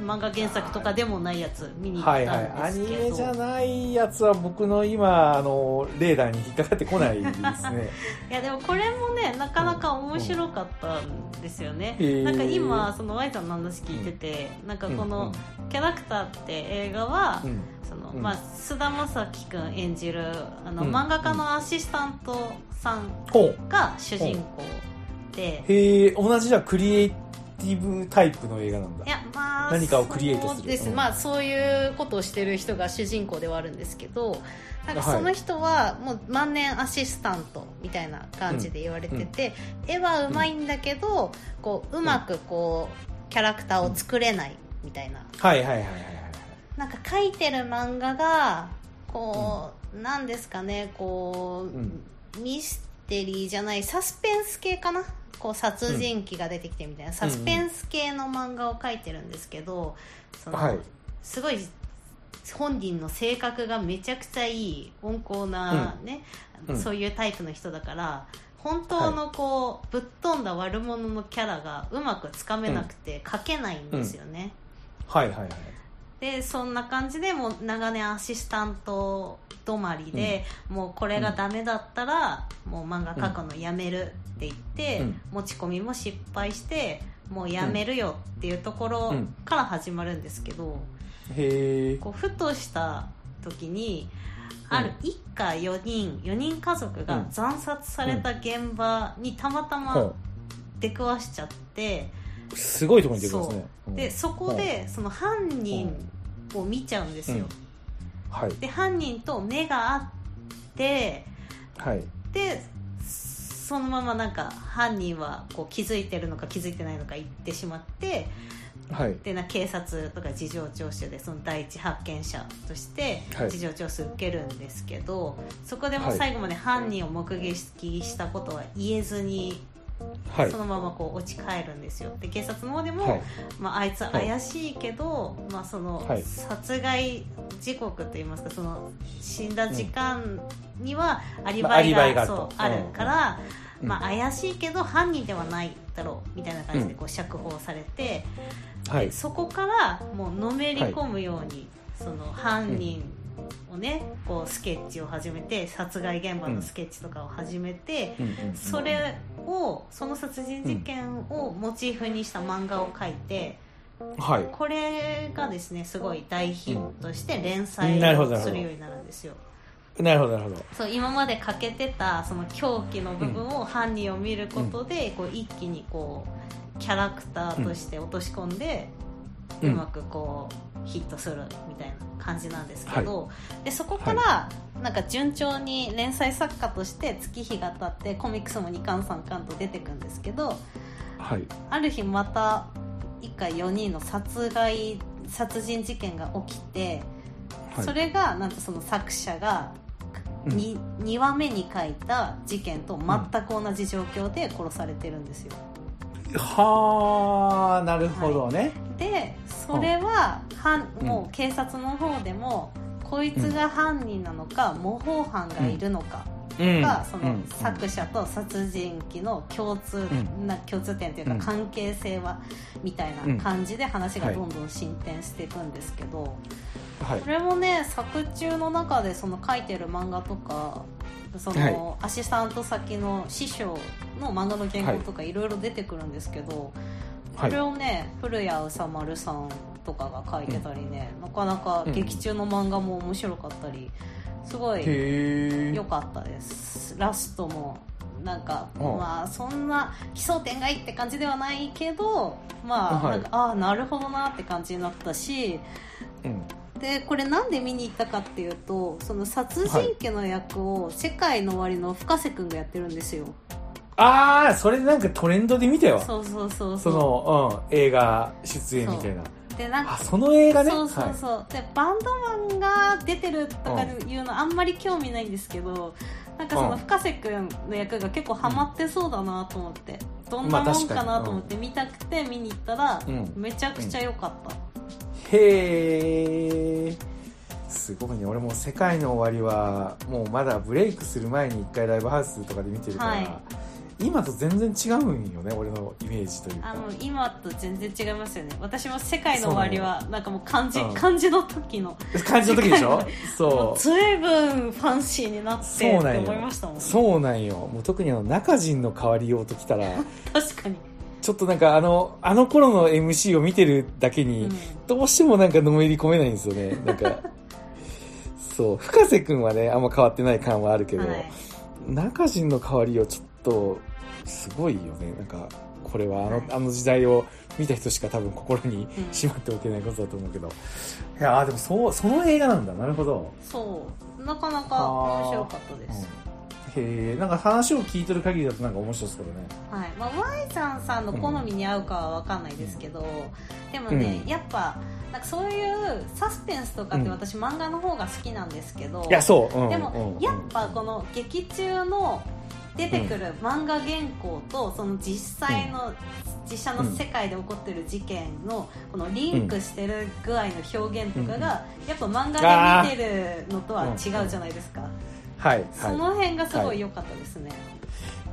Speaker 2: 漫画原作とかでもないやつ見に行
Speaker 1: は
Speaker 2: っ
Speaker 1: いはい
Speaker 2: た
Speaker 1: ア
Speaker 2: んで
Speaker 1: ニ
Speaker 2: すけど、
Speaker 1: メじゃないやつは僕の今あのレーダーに引っかかってこないです
Speaker 2: <laughs>
Speaker 1: ね
Speaker 2: いやでもこれもねなかなか面白かったんですよね、
Speaker 1: うんへー
Speaker 2: なんか今その Y さんの話聞いてて、なんかこのキャラクターって映画は、
Speaker 1: うん
Speaker 2: その
Speaker 1: うん
Speaker 2: まあ、菅田将暉君演じるあの、
Speaker 1: うん
Speaker 2: 漫画家のアシスタントさん
Speaker 1: ほう
Speaker 2: が主人公で、
Speaker 1: へえ同じじゃあクリエイティブタイプの映画なんだ
Speaker 2: いやまあ
Speaker 1: 何かをクリエイトする
Speaker 2: そうです、
Speaker 1: うん
Speaker 2: まあそういうことをしてる人が主人公ではあるんですけどなんかその人はもう万年アシスタントみたいな感じで言われてて、絵はうまいんだけど、こううまくこうキャラクターを作れないみたいな
Speaker 1: はいはいはいはいはい
Speaker 2: なんか描いてる漫画がこう、なんですかねこう、
Speaker 1: うん
Speaker 2: ミステリーじゃないサスペンス系かなこう殺人鬼が出てきてみたいな、サスペンス系の漫画を描いてるんですけど、その
Speaker 1: はい
Speaker 2: すごい本人の性格がめちゃくちゃいい温厚な、ね
Speaker 1: うん
Speaker 2: そういうタイプの人だから本当のこう、ぶっ飛んだ悪者のキャラがうまくつかめなくて描けないんですよね。
Speaker 1: はいはいはい
Speaker 2: でそんな感じでもう長年アシスタント止まりで、もうこれがダメだったら、もう漫画描くのやめるって言って、
Speaker 1: うん
Speaker 2: 持ち込みも失敗してもうやめるよっていうところ
Speaker 1: うん
Speaker 2: から始まるんですけど、
Speaker 1: へえ
Speaker 2: こうふとした時にある一家4人4人家族
Speaker 1: う
Speaker 2: が
Speaker 1: ん
Speaker 2: 惨殺された現場にたまたま出くわしちゃって。
Speaker 1: すごいところに出てますねうん
Speaker 2: でそこでその犯人を見ちゃうんですよ、
Speaker 1: はい
Speaker 2: で犯人と目があって
Speaker 1: はい
Speaker 2: でそのままなんか犯人はこう気づいてるのか気づいてないのか言ってしまって
Speaker 1: はい
Speaker 2: でな警察とか事情聴取でその第一発見者として
Speaker 1: はい
Speaker 2: 事情聴取受けるんですけど、そこでもう最後まで犯人を目撃したことは言えずに、
Speaker 1: はい
Speaker 2: そのままこう落ち帰るんですよで警察の方でも、
Speaker 1: はい
Speaker 2: まあ、あいつは怪しいけど、まあ、その
Speaker 1: はい
Speaker 2: 殺害時刻といいますかその死んだ時間にはアリ
Speaker 1: まあア
Speaker 2: バイ
Speaker 1: リ
Speaker 2: が,、
Speaker 1: バイがある
Speaker 2: そう
Speaker 1: と
Speaker 2: あるから、
Speaker 1: うん
Speaker 2: まあ、怪しいけど犯人ではないだろうみたいな感じで
Speaker 1: うん
Speaker 2: こう釈放されて、
Speaker 1: はい
Speaker 2: そこからもうのめり込むように、その犯人をねこうスケッチを始めて殺害現場のスケッチとかを始めて。
Speaker 1: うんうんうん
Speaker 2: それをその殺人事件をモチーフにした漫画を描いて、
Speaker 1: はい
Speaker 2: これがですねすごい大ヒットして連
Speaker 1: う
Speaker 2: 載
Speaker 1: んなるほどなるほ
Speaker 2: す
Speaker 1: ど
Speaker 2: るようになるんですよ。
Speaker 1: なるほどなるほど
Speaker 2: そう今まで欠けてたその狂気の部分を犯人を見ることで、こう一気にこうキャラクターとして落とし込んで、う
Speaker 1: うん
Speaker 2: まくこうヒットするみたいな感じなんですけど、でそこから、なんか順調に連載作家として月日が経ってコミックスも2巻3巻と出てくんですけど
Speaker 1: はい
Speaker 2: ある日また一家4人の殺害殺人事件が起きて、
Speaker 1: はい
Speaker 2: それがなんとその作者が
Speaker 1: うん
Speaker 2: に 2, 話目に書いた事件と全く同じ状況で殺されてるんですよ
Speaker 1: はあなるほどね
Speaker 2: でそれはは
Speaker 1: うん
Speaker 2: もう警察の方でもこいつが犯人なのか模倣犯がいるのか
Speaker 1: うん
Speaker 2: が、その
Speaker 1: うん
Speaker 2: 作者と殺人鬼の共通、
Speaker 1: ん
Speaker 2: な共通点というか
Speaker 1: うん
Speaker 2: 関係性はみたいな感じで話がどんどん進展していくんですけど、
Speaker 1: はい
Speaker 2: これもね作中の中でその書いてる漫画とかその、
Speaker 1: はい
Speaker 2: アシスタント先の師匠の漫画の原稿とかいろいろ出てくるんですけど、
Speaker 1: は
Speaker 2: これ
Speaker 1: い
Speaker 2: をね古谷宇佐丸さんとかが書いてたりね、なかなか劇中の漫画も面白かったりすごい
Speaker 1: へえ
Speaker 2: 良かったですラストもなんか、
Speaker 1: うん
Speaker 2: まあそんな奇想天外って感じではないけどまあ、
Speaker 1: はい
Speaker 2: なんかああなるほどなって感じになったし
Speaker 1: うん
Speaker 2: でこれなんで見に行ったかっていうとその殺人鬼の役を世界の終わりの深瀬君がやってるんですよ、
Speaker 1: ああそれなんかトレンドで見たよ
Speaker 2: そうそうそう
Speaker 1: その、うん、映画出演みたいな。
Speaker 2: うでなんか
Speaker 1: あ、その映画ね。
Speaker 2: そうそうそう、でバンドマンが出てるとかいうのあんまり興味ないんですけどなんかそうの
Speaker 1: ん
Speaker 2: 深瀬君の役が結構ハマってそうだなと思ってどん
Speaker 1: ま
Speaker 2: な
Speaker 1: あ
Speaker 2: もん
Speaker 1: 確かに
Speaker 2: かなと思って見たくて見に行ったら
Speaker 1: うん
Speaker 2: めちゃくちゃ良かった、
Speaker 1: はい、へえ。すごいね俺も「世界の終わり」はもうまだブレイクする前に一回ライブハウスとかで見てるから、
Speaker 2: は
Speaker 1: 今と全然違うんよね俺のイメージというか
Speaker 2: あの今と全然違いますよね私も「世界の終わり」はなんかもう漢字
Speaker 1: うん
Speaker 2: 漢字の時の
Speaker 1: 感じの時でしょ
Speaker 2: <laughs> も
Speaker 1: そう
Speaker 2: う随分ファンシーになってって
Speaker 1: そうなん
Speaker 2: 思い
Speaker 1: よ
Speaker 2: ましたもん
Speaker 1: そうなんよもう特にあの中人の変わりようときたら
Speaker 2: 確かに、
Speaker 1: ちょっとなんかあのあの頃の MC を見てるだけに、
Speaker 2: うん
Speaker 1: どうしてもなんかのめり込めないんですよ
Speaker 2: <laughs>
Speaker 1: ねなんかそう深瀬君はねあんま変わってない感はあるけど、
Speaker 2: はい
Speaker 1: 中人の代わりをちょっとすごいよねなんかこれはあの,、
Speaker 2: はい
Speaker 1: あの時代を見た人しか多分心に
Speaker 2: うん
Speaker 1: しまっておけないことだと思うけど、いやーでもそうその映画なんだなるほど、
Speaker 2: そうなかなか面白かったで
Speaker 1: う
Speaker 2: す、
Speaker 1: んへえんか話を聞いてる限りだとなんか面白そうですけどね
Speaker 2: はいまあ、Y さんさんの好みに合うかは分かんないですけど、でもね、
Speaker 1: うん
Speaker 2: やっぱなんかそういうサスペンスとかっ
Speaker 1: う
Speaker 2: て
Speaker 1: ん
Speaker 2: 私漫画の方が好きなんですけど、
Speaker 1: いやそう、うん
Speaker 2: でも
Speaker 1: うん
Speaker 2: やっぱこの劇中の出てくる漫画原稿とその実際の実写の世界で起こってる事件のこのリンクしてる具合の表現とかがやっぱ漫画で見てるのとは違うじゃないですか
Speaker 1: はいはい
Speaker 2: その辺がすごい良かったですね、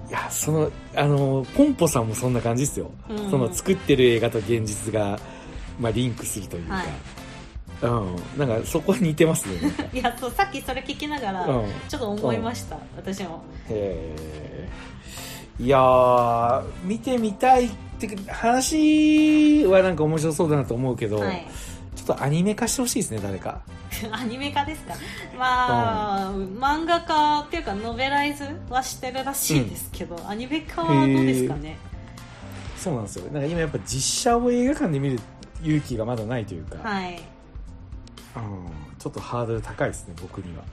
Speaker 1: いやそのあのポンポさんもそんな感じですよ、
Speaker 2: うん
Speaker 1: その作ってる映画と現実が、まあ、リンクするというか、
Speaker 2: はい
Speaker 1: うんなんかそこは似てますねなんか
Speaker 2: い、やそうさっきそれ聞きながら、
Speaker 1: うん
Speaker 2: ちょっと思いました、私も
Speaker 1: へえいやー見てみたいって話はなんか面白そうだなと思うけど、
Speaker 2: はい <laughs>
Speaker 1: ちょっとアニメ化してほしいですね誰か
Speaker 2: アニメ化ですかまあ、漫画化っていうかノベライズはしてるらしいですけど、アニメ化はどうですかね
Speaker 1: そうなんですよなんか今やっぱ実写を映画館で見る勇気がまだないというか、
Speaker 2: はい
Speaker 1: うん、ちょっとハードル高いですね僕には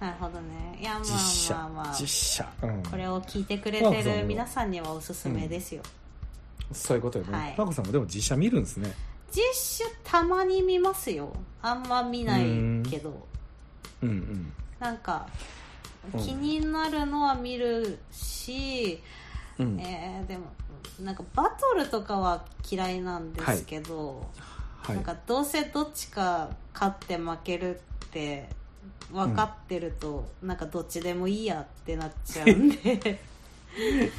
Speaker 2: なるほどねいやま
Speaker 1: 実写、
Speaker 2: あまあまあ
Speaker 1: 実写、うん、
Speaker 2: これを聞いてくれ
Speaker 1: まあ
Speaker 2: て
Speaker 1: そう
Speaker 2: る皆さんにはおすすめですよ、
Speaker 1: そういうことよね、
Speaker 2: はい
Speaker 1: マコさんもでも実写見るんですね
Speaker 2: 実写たまに見ますよあんま見ないけど
Speaker 1: うんうん
Speaker 2: なんか
Speaker 1: うん
Speaker 2: 気になるのは見るし、
Speaker 1: うん
Speaker 2: えーでもなんかバトルとかは嫌いなんですけど、
Speaker 1: はい
Speaker 2: なんかどうせどっちか勝って負けるって分かってると、なんかどっちでもいいやってなっちゃうん
Speaker 1: <laughs>
Speaker 2: で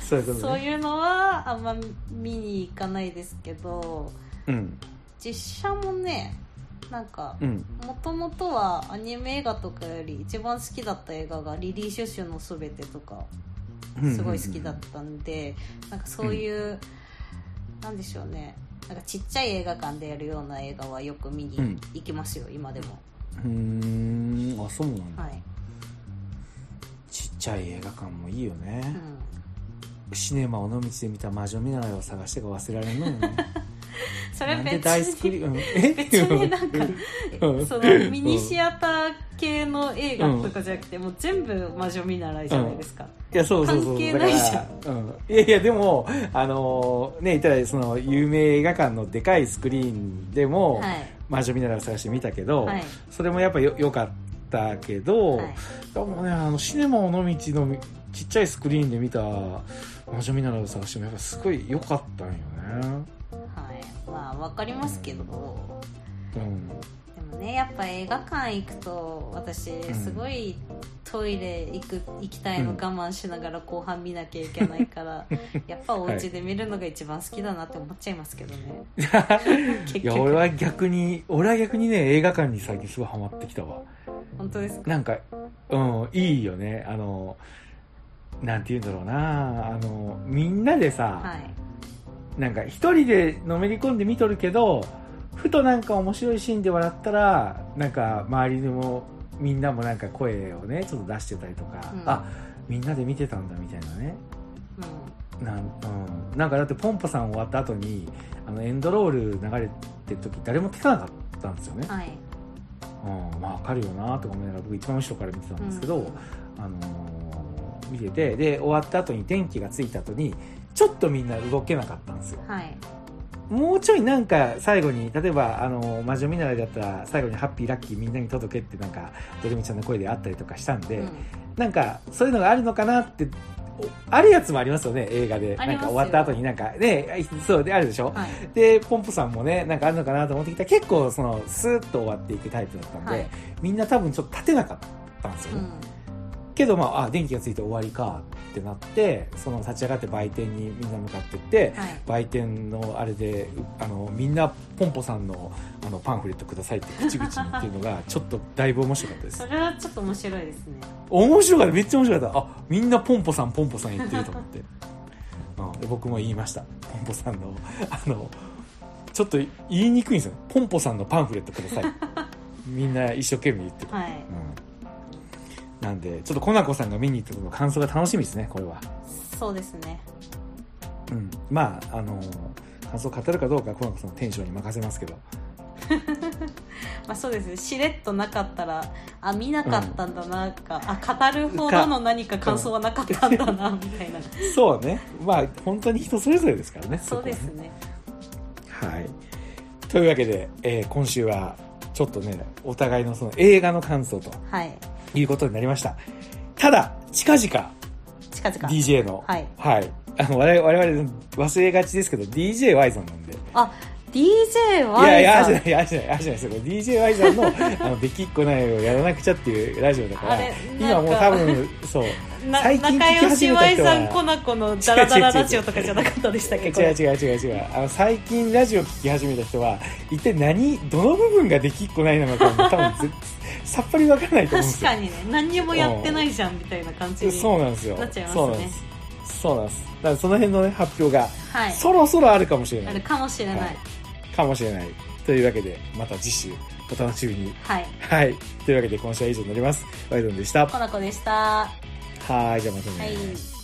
Speaker 1: そういうことね
Speaker 2: そういうのはあんま見に行かないですけど
Speaker 1: うん
Speaker 2: 実写もねなんか
Speaker 1: うん
Speaker 2: もともとはアニメ映画とかより一番好きだった映画が「リリー・シュシュのすべて」とか
Speaker 1: うん
Speaker 2: すごい好きだったんで、なんかそういう、なんでしょうねなんかちっちゃい映画館でやるような映画はよく見に
Speaker 1: うん
Speaker 2: 行きますよ、今でも、
Speaker 1: うーんあそうなんだ、
Speaker 2: はい
Speaker 1: ちっちゃい映画館もいいよね、
Speaker 2: うん、
Speaker 1: シネマ尾道で見た魔女見習いを探してが忘れられないよ
Speaker 2: <laughs>
Speaker 1: ね
Speaker 2: それ
Speaker 1: なんで
Speaker 2: 別
Speaker 1: 大スクリ
Speaker 2: に
Speaker 1: ーンうんえ
Speaker 2: 別に
Speaker 1: <laughs>
Speaker 2: なんか
Speaker 1: うん
Speaker 2: <laughs> そのミニシアター系の映画とかじゃなくて、もう全部魔女見習いじゃないですか、
Speaker 1: いやそうそうそう
Speaker 2: 関係ないじゃ
Speaker 1: だ
Speaker 2: ん
Speaker 1: からうん、いやいやでもあのーねいたらその有名映画館のでかいスクリーンでも、
Speaker 2: はい
Speaker 1: 魔女見習いを探して見たけど、
Speaker 2: はい
Speaker 1: それもやっぱよ良かったけど、
Speaker 2: はい
Speaker 1: でもねあのシネマ尾道のみちっちゃいスクリーンで見た魔女見習いを探してもやっぱすごい良かったんよね、
Speaker 2: はい、まあわかりますけど、
Speaker 1: うん、
Speaker 2: でもねやっぱ映画館行くと私
Speaker 1: ん
Speaker 2: すごいトイレ行く行きたいの
Speaker 1: う
Speaker 2: 我
Speaker 1: ん
Speaker 2: 慢しながら後半見なきゃいけない
Speaker 1: <laughs>
Speaker 2: から、やっぱお家で見るのが一番好きだなって思っちゃいますけどね結
Speaker 1: い <laughs> や
Speaker 2: 局
Speaker 1: 俺は逆に俺は逆にね映画館に最近すごいハマってきたわ
Speaker 2: 本当ですか
Speaker 1: なんかうんいいよねあのなんて言うんだろうなあのみんなでさ、
Speaker 2: はい
Speaker 1: なんか一人でのめり込んで見とるけどふとなんか面白いシーンで笑ったらなんか周りでもみんなもなんか声をねちょっと出してたりとか、
Speaker 2: うん
Speaker 1: あみんなで見てたんだみたいなね
Speaker 2: う
Speaker 1: なん,、うん、なんかだってポンポさん終わった後にあのエンドロール流れてる時誰も聞かなかったんですよね
Speaker 2: ん、はい
Speaker 1: うん、まあわかるよなとか思いながら僕一番後ろから見てたんですけど、
Speaker 2: うん
Speaker 1: あのー見ててで終わった後に電気がついた後にちょっとみんな動けなかったんですよ
Speaker 2: はい
Speaker 1: もうちょいなんか最後に例えば「あのー魔女見習い」だったら最後に「ハッピーラッキーみんなに届け」ってなんかどれみちゃんの声であったりとかしたんで、
Speaker 2: うん
Speaker 1: なんかそういうのがあるのかなってあるやつもありますよね、映画で。
Speaker 2: あ
Speaker 1: な
Speaker 2: り
Speaker 1: ん
Speaker 2: ます
Speaker 1: か
Speaker 2: よ
Speaker 1: 終わった後になんか、ね、そうであるでしょ、
Speaker 2: はい、
Speaker 1: で、ポンポさんもね、なんかあるのかなと思ってきたら、結構その、スーッと終わっていくタイプだったんで、
Speaker 2: はい
Speaker 1: みんな多分ちょっと立てなかったんですよ
Speaker 2: う
Speaker 1: ね。
Speaker 2: ん
Speaker 1: けどまあ、あ、電気がついて終わりかってなって、その立ち上がって売店にみんな向かってって、
Speaker 2: はい、
Speaker 1: 売店のあれでうあのみんなポンポさんのあのパンフレットくださいって口々に言ってるのがちょっとだいぶ面白かったです
Speaker 2: それはちょっと面白いですね
Speaker 1: 面白かっためっちゃ面白かったあみんなポンポさんポンポさん言ってると思って、うんで僕も言いましたポンポさんのあのちょっと言いにくいんですよねポンポさんのパンフレットくださいみんな一生懸命言ってる、
Speaker 2: はい
Speaker 1: うん、なんでちょっとコナコさんが見に行った時の感想が楽しみですねこれは
Speaker 2: そうですね
Speaker 1: うん、まああの感想を語るかどうかはコナコさんのテンションに任せますけど
Speaker 2: まあそうですねしれっとなかったらあ見なかったんだなか、あ語るほどの何か感想はなかったんだなみた
Speaker 1: <laughs>
Speaker 2: いな
Speaker 1: そうねまあ本当に人それぞれですからね
Speaker 2: そうです
Speaker 1: こ
Speaker 2: ね
Speaker 1: はねはいというわけで、えー今週はちょっとねお互いのその映画の感想と
Speaker 2: はい
Speaker 1: いうことになりましたただ近々
Speaker 2: 近々
Speaker 1: DJ の
Speaker 2: はい
Speaker 1: はい、あの我々我々忘れがちですけど DJ ワイゾンなんで
Speaker 2: あ DJ
Speaker 1: いやいや、あ
Speaker 2: は
Speaker 1: れじゃない、あれじゃない、あれじゃないですよ。これ DJ ワイザーの、あの、できっこないをやらなくちゃっていうラジオだから
Speaker 2: あれ、
Speaker 1: 今もう多分、そう、
Speaker 2: な
Speaker 1: 最近聞き
Speaker 2: 仲良
Speaker 1: 始
Speaker 2: し
Speaker 1: めた
Speaker 2: Y
Speaker 1: 人は
Speaker 2: さんコナコのダラダララジオとかじゃなかったでしたっけ
Speaker 1: 違う
Speaker 2: これ
Speaker 1: 違う違う違う。あの、最近ラジオ聞き始めた人は、一体何、どの部分ができっこないなのかも、多分ぜ、さっぱりわからないと思うんで
Speaker 2: 確
Speaker 1: すよ
Speaker 2: か。にね何にもやってないじゃんみたいな感じに
Speaker 1: そうなんですよ。
Speaker 2: なっちゃいますね
Speaker 1: そうなんです。そうなんです。だからその辺のね、発表が、
Speaker 2: はい
Speaker 1: そろそろあるかもしれな
Speaker 2: ある
Speaker 1: い。
Speaker 2: かもしれない
Speaker 1: はいかもしれない。というわけで、また次週、お楽しみに。
Speaker 2: はい、
Speaker 1: はい。というわけで、今週は以上になります。ワイドンでした。
Speaker 2: コナコでしたは
Speaker 1: はい、じゃあまたね。
Speaker 2: い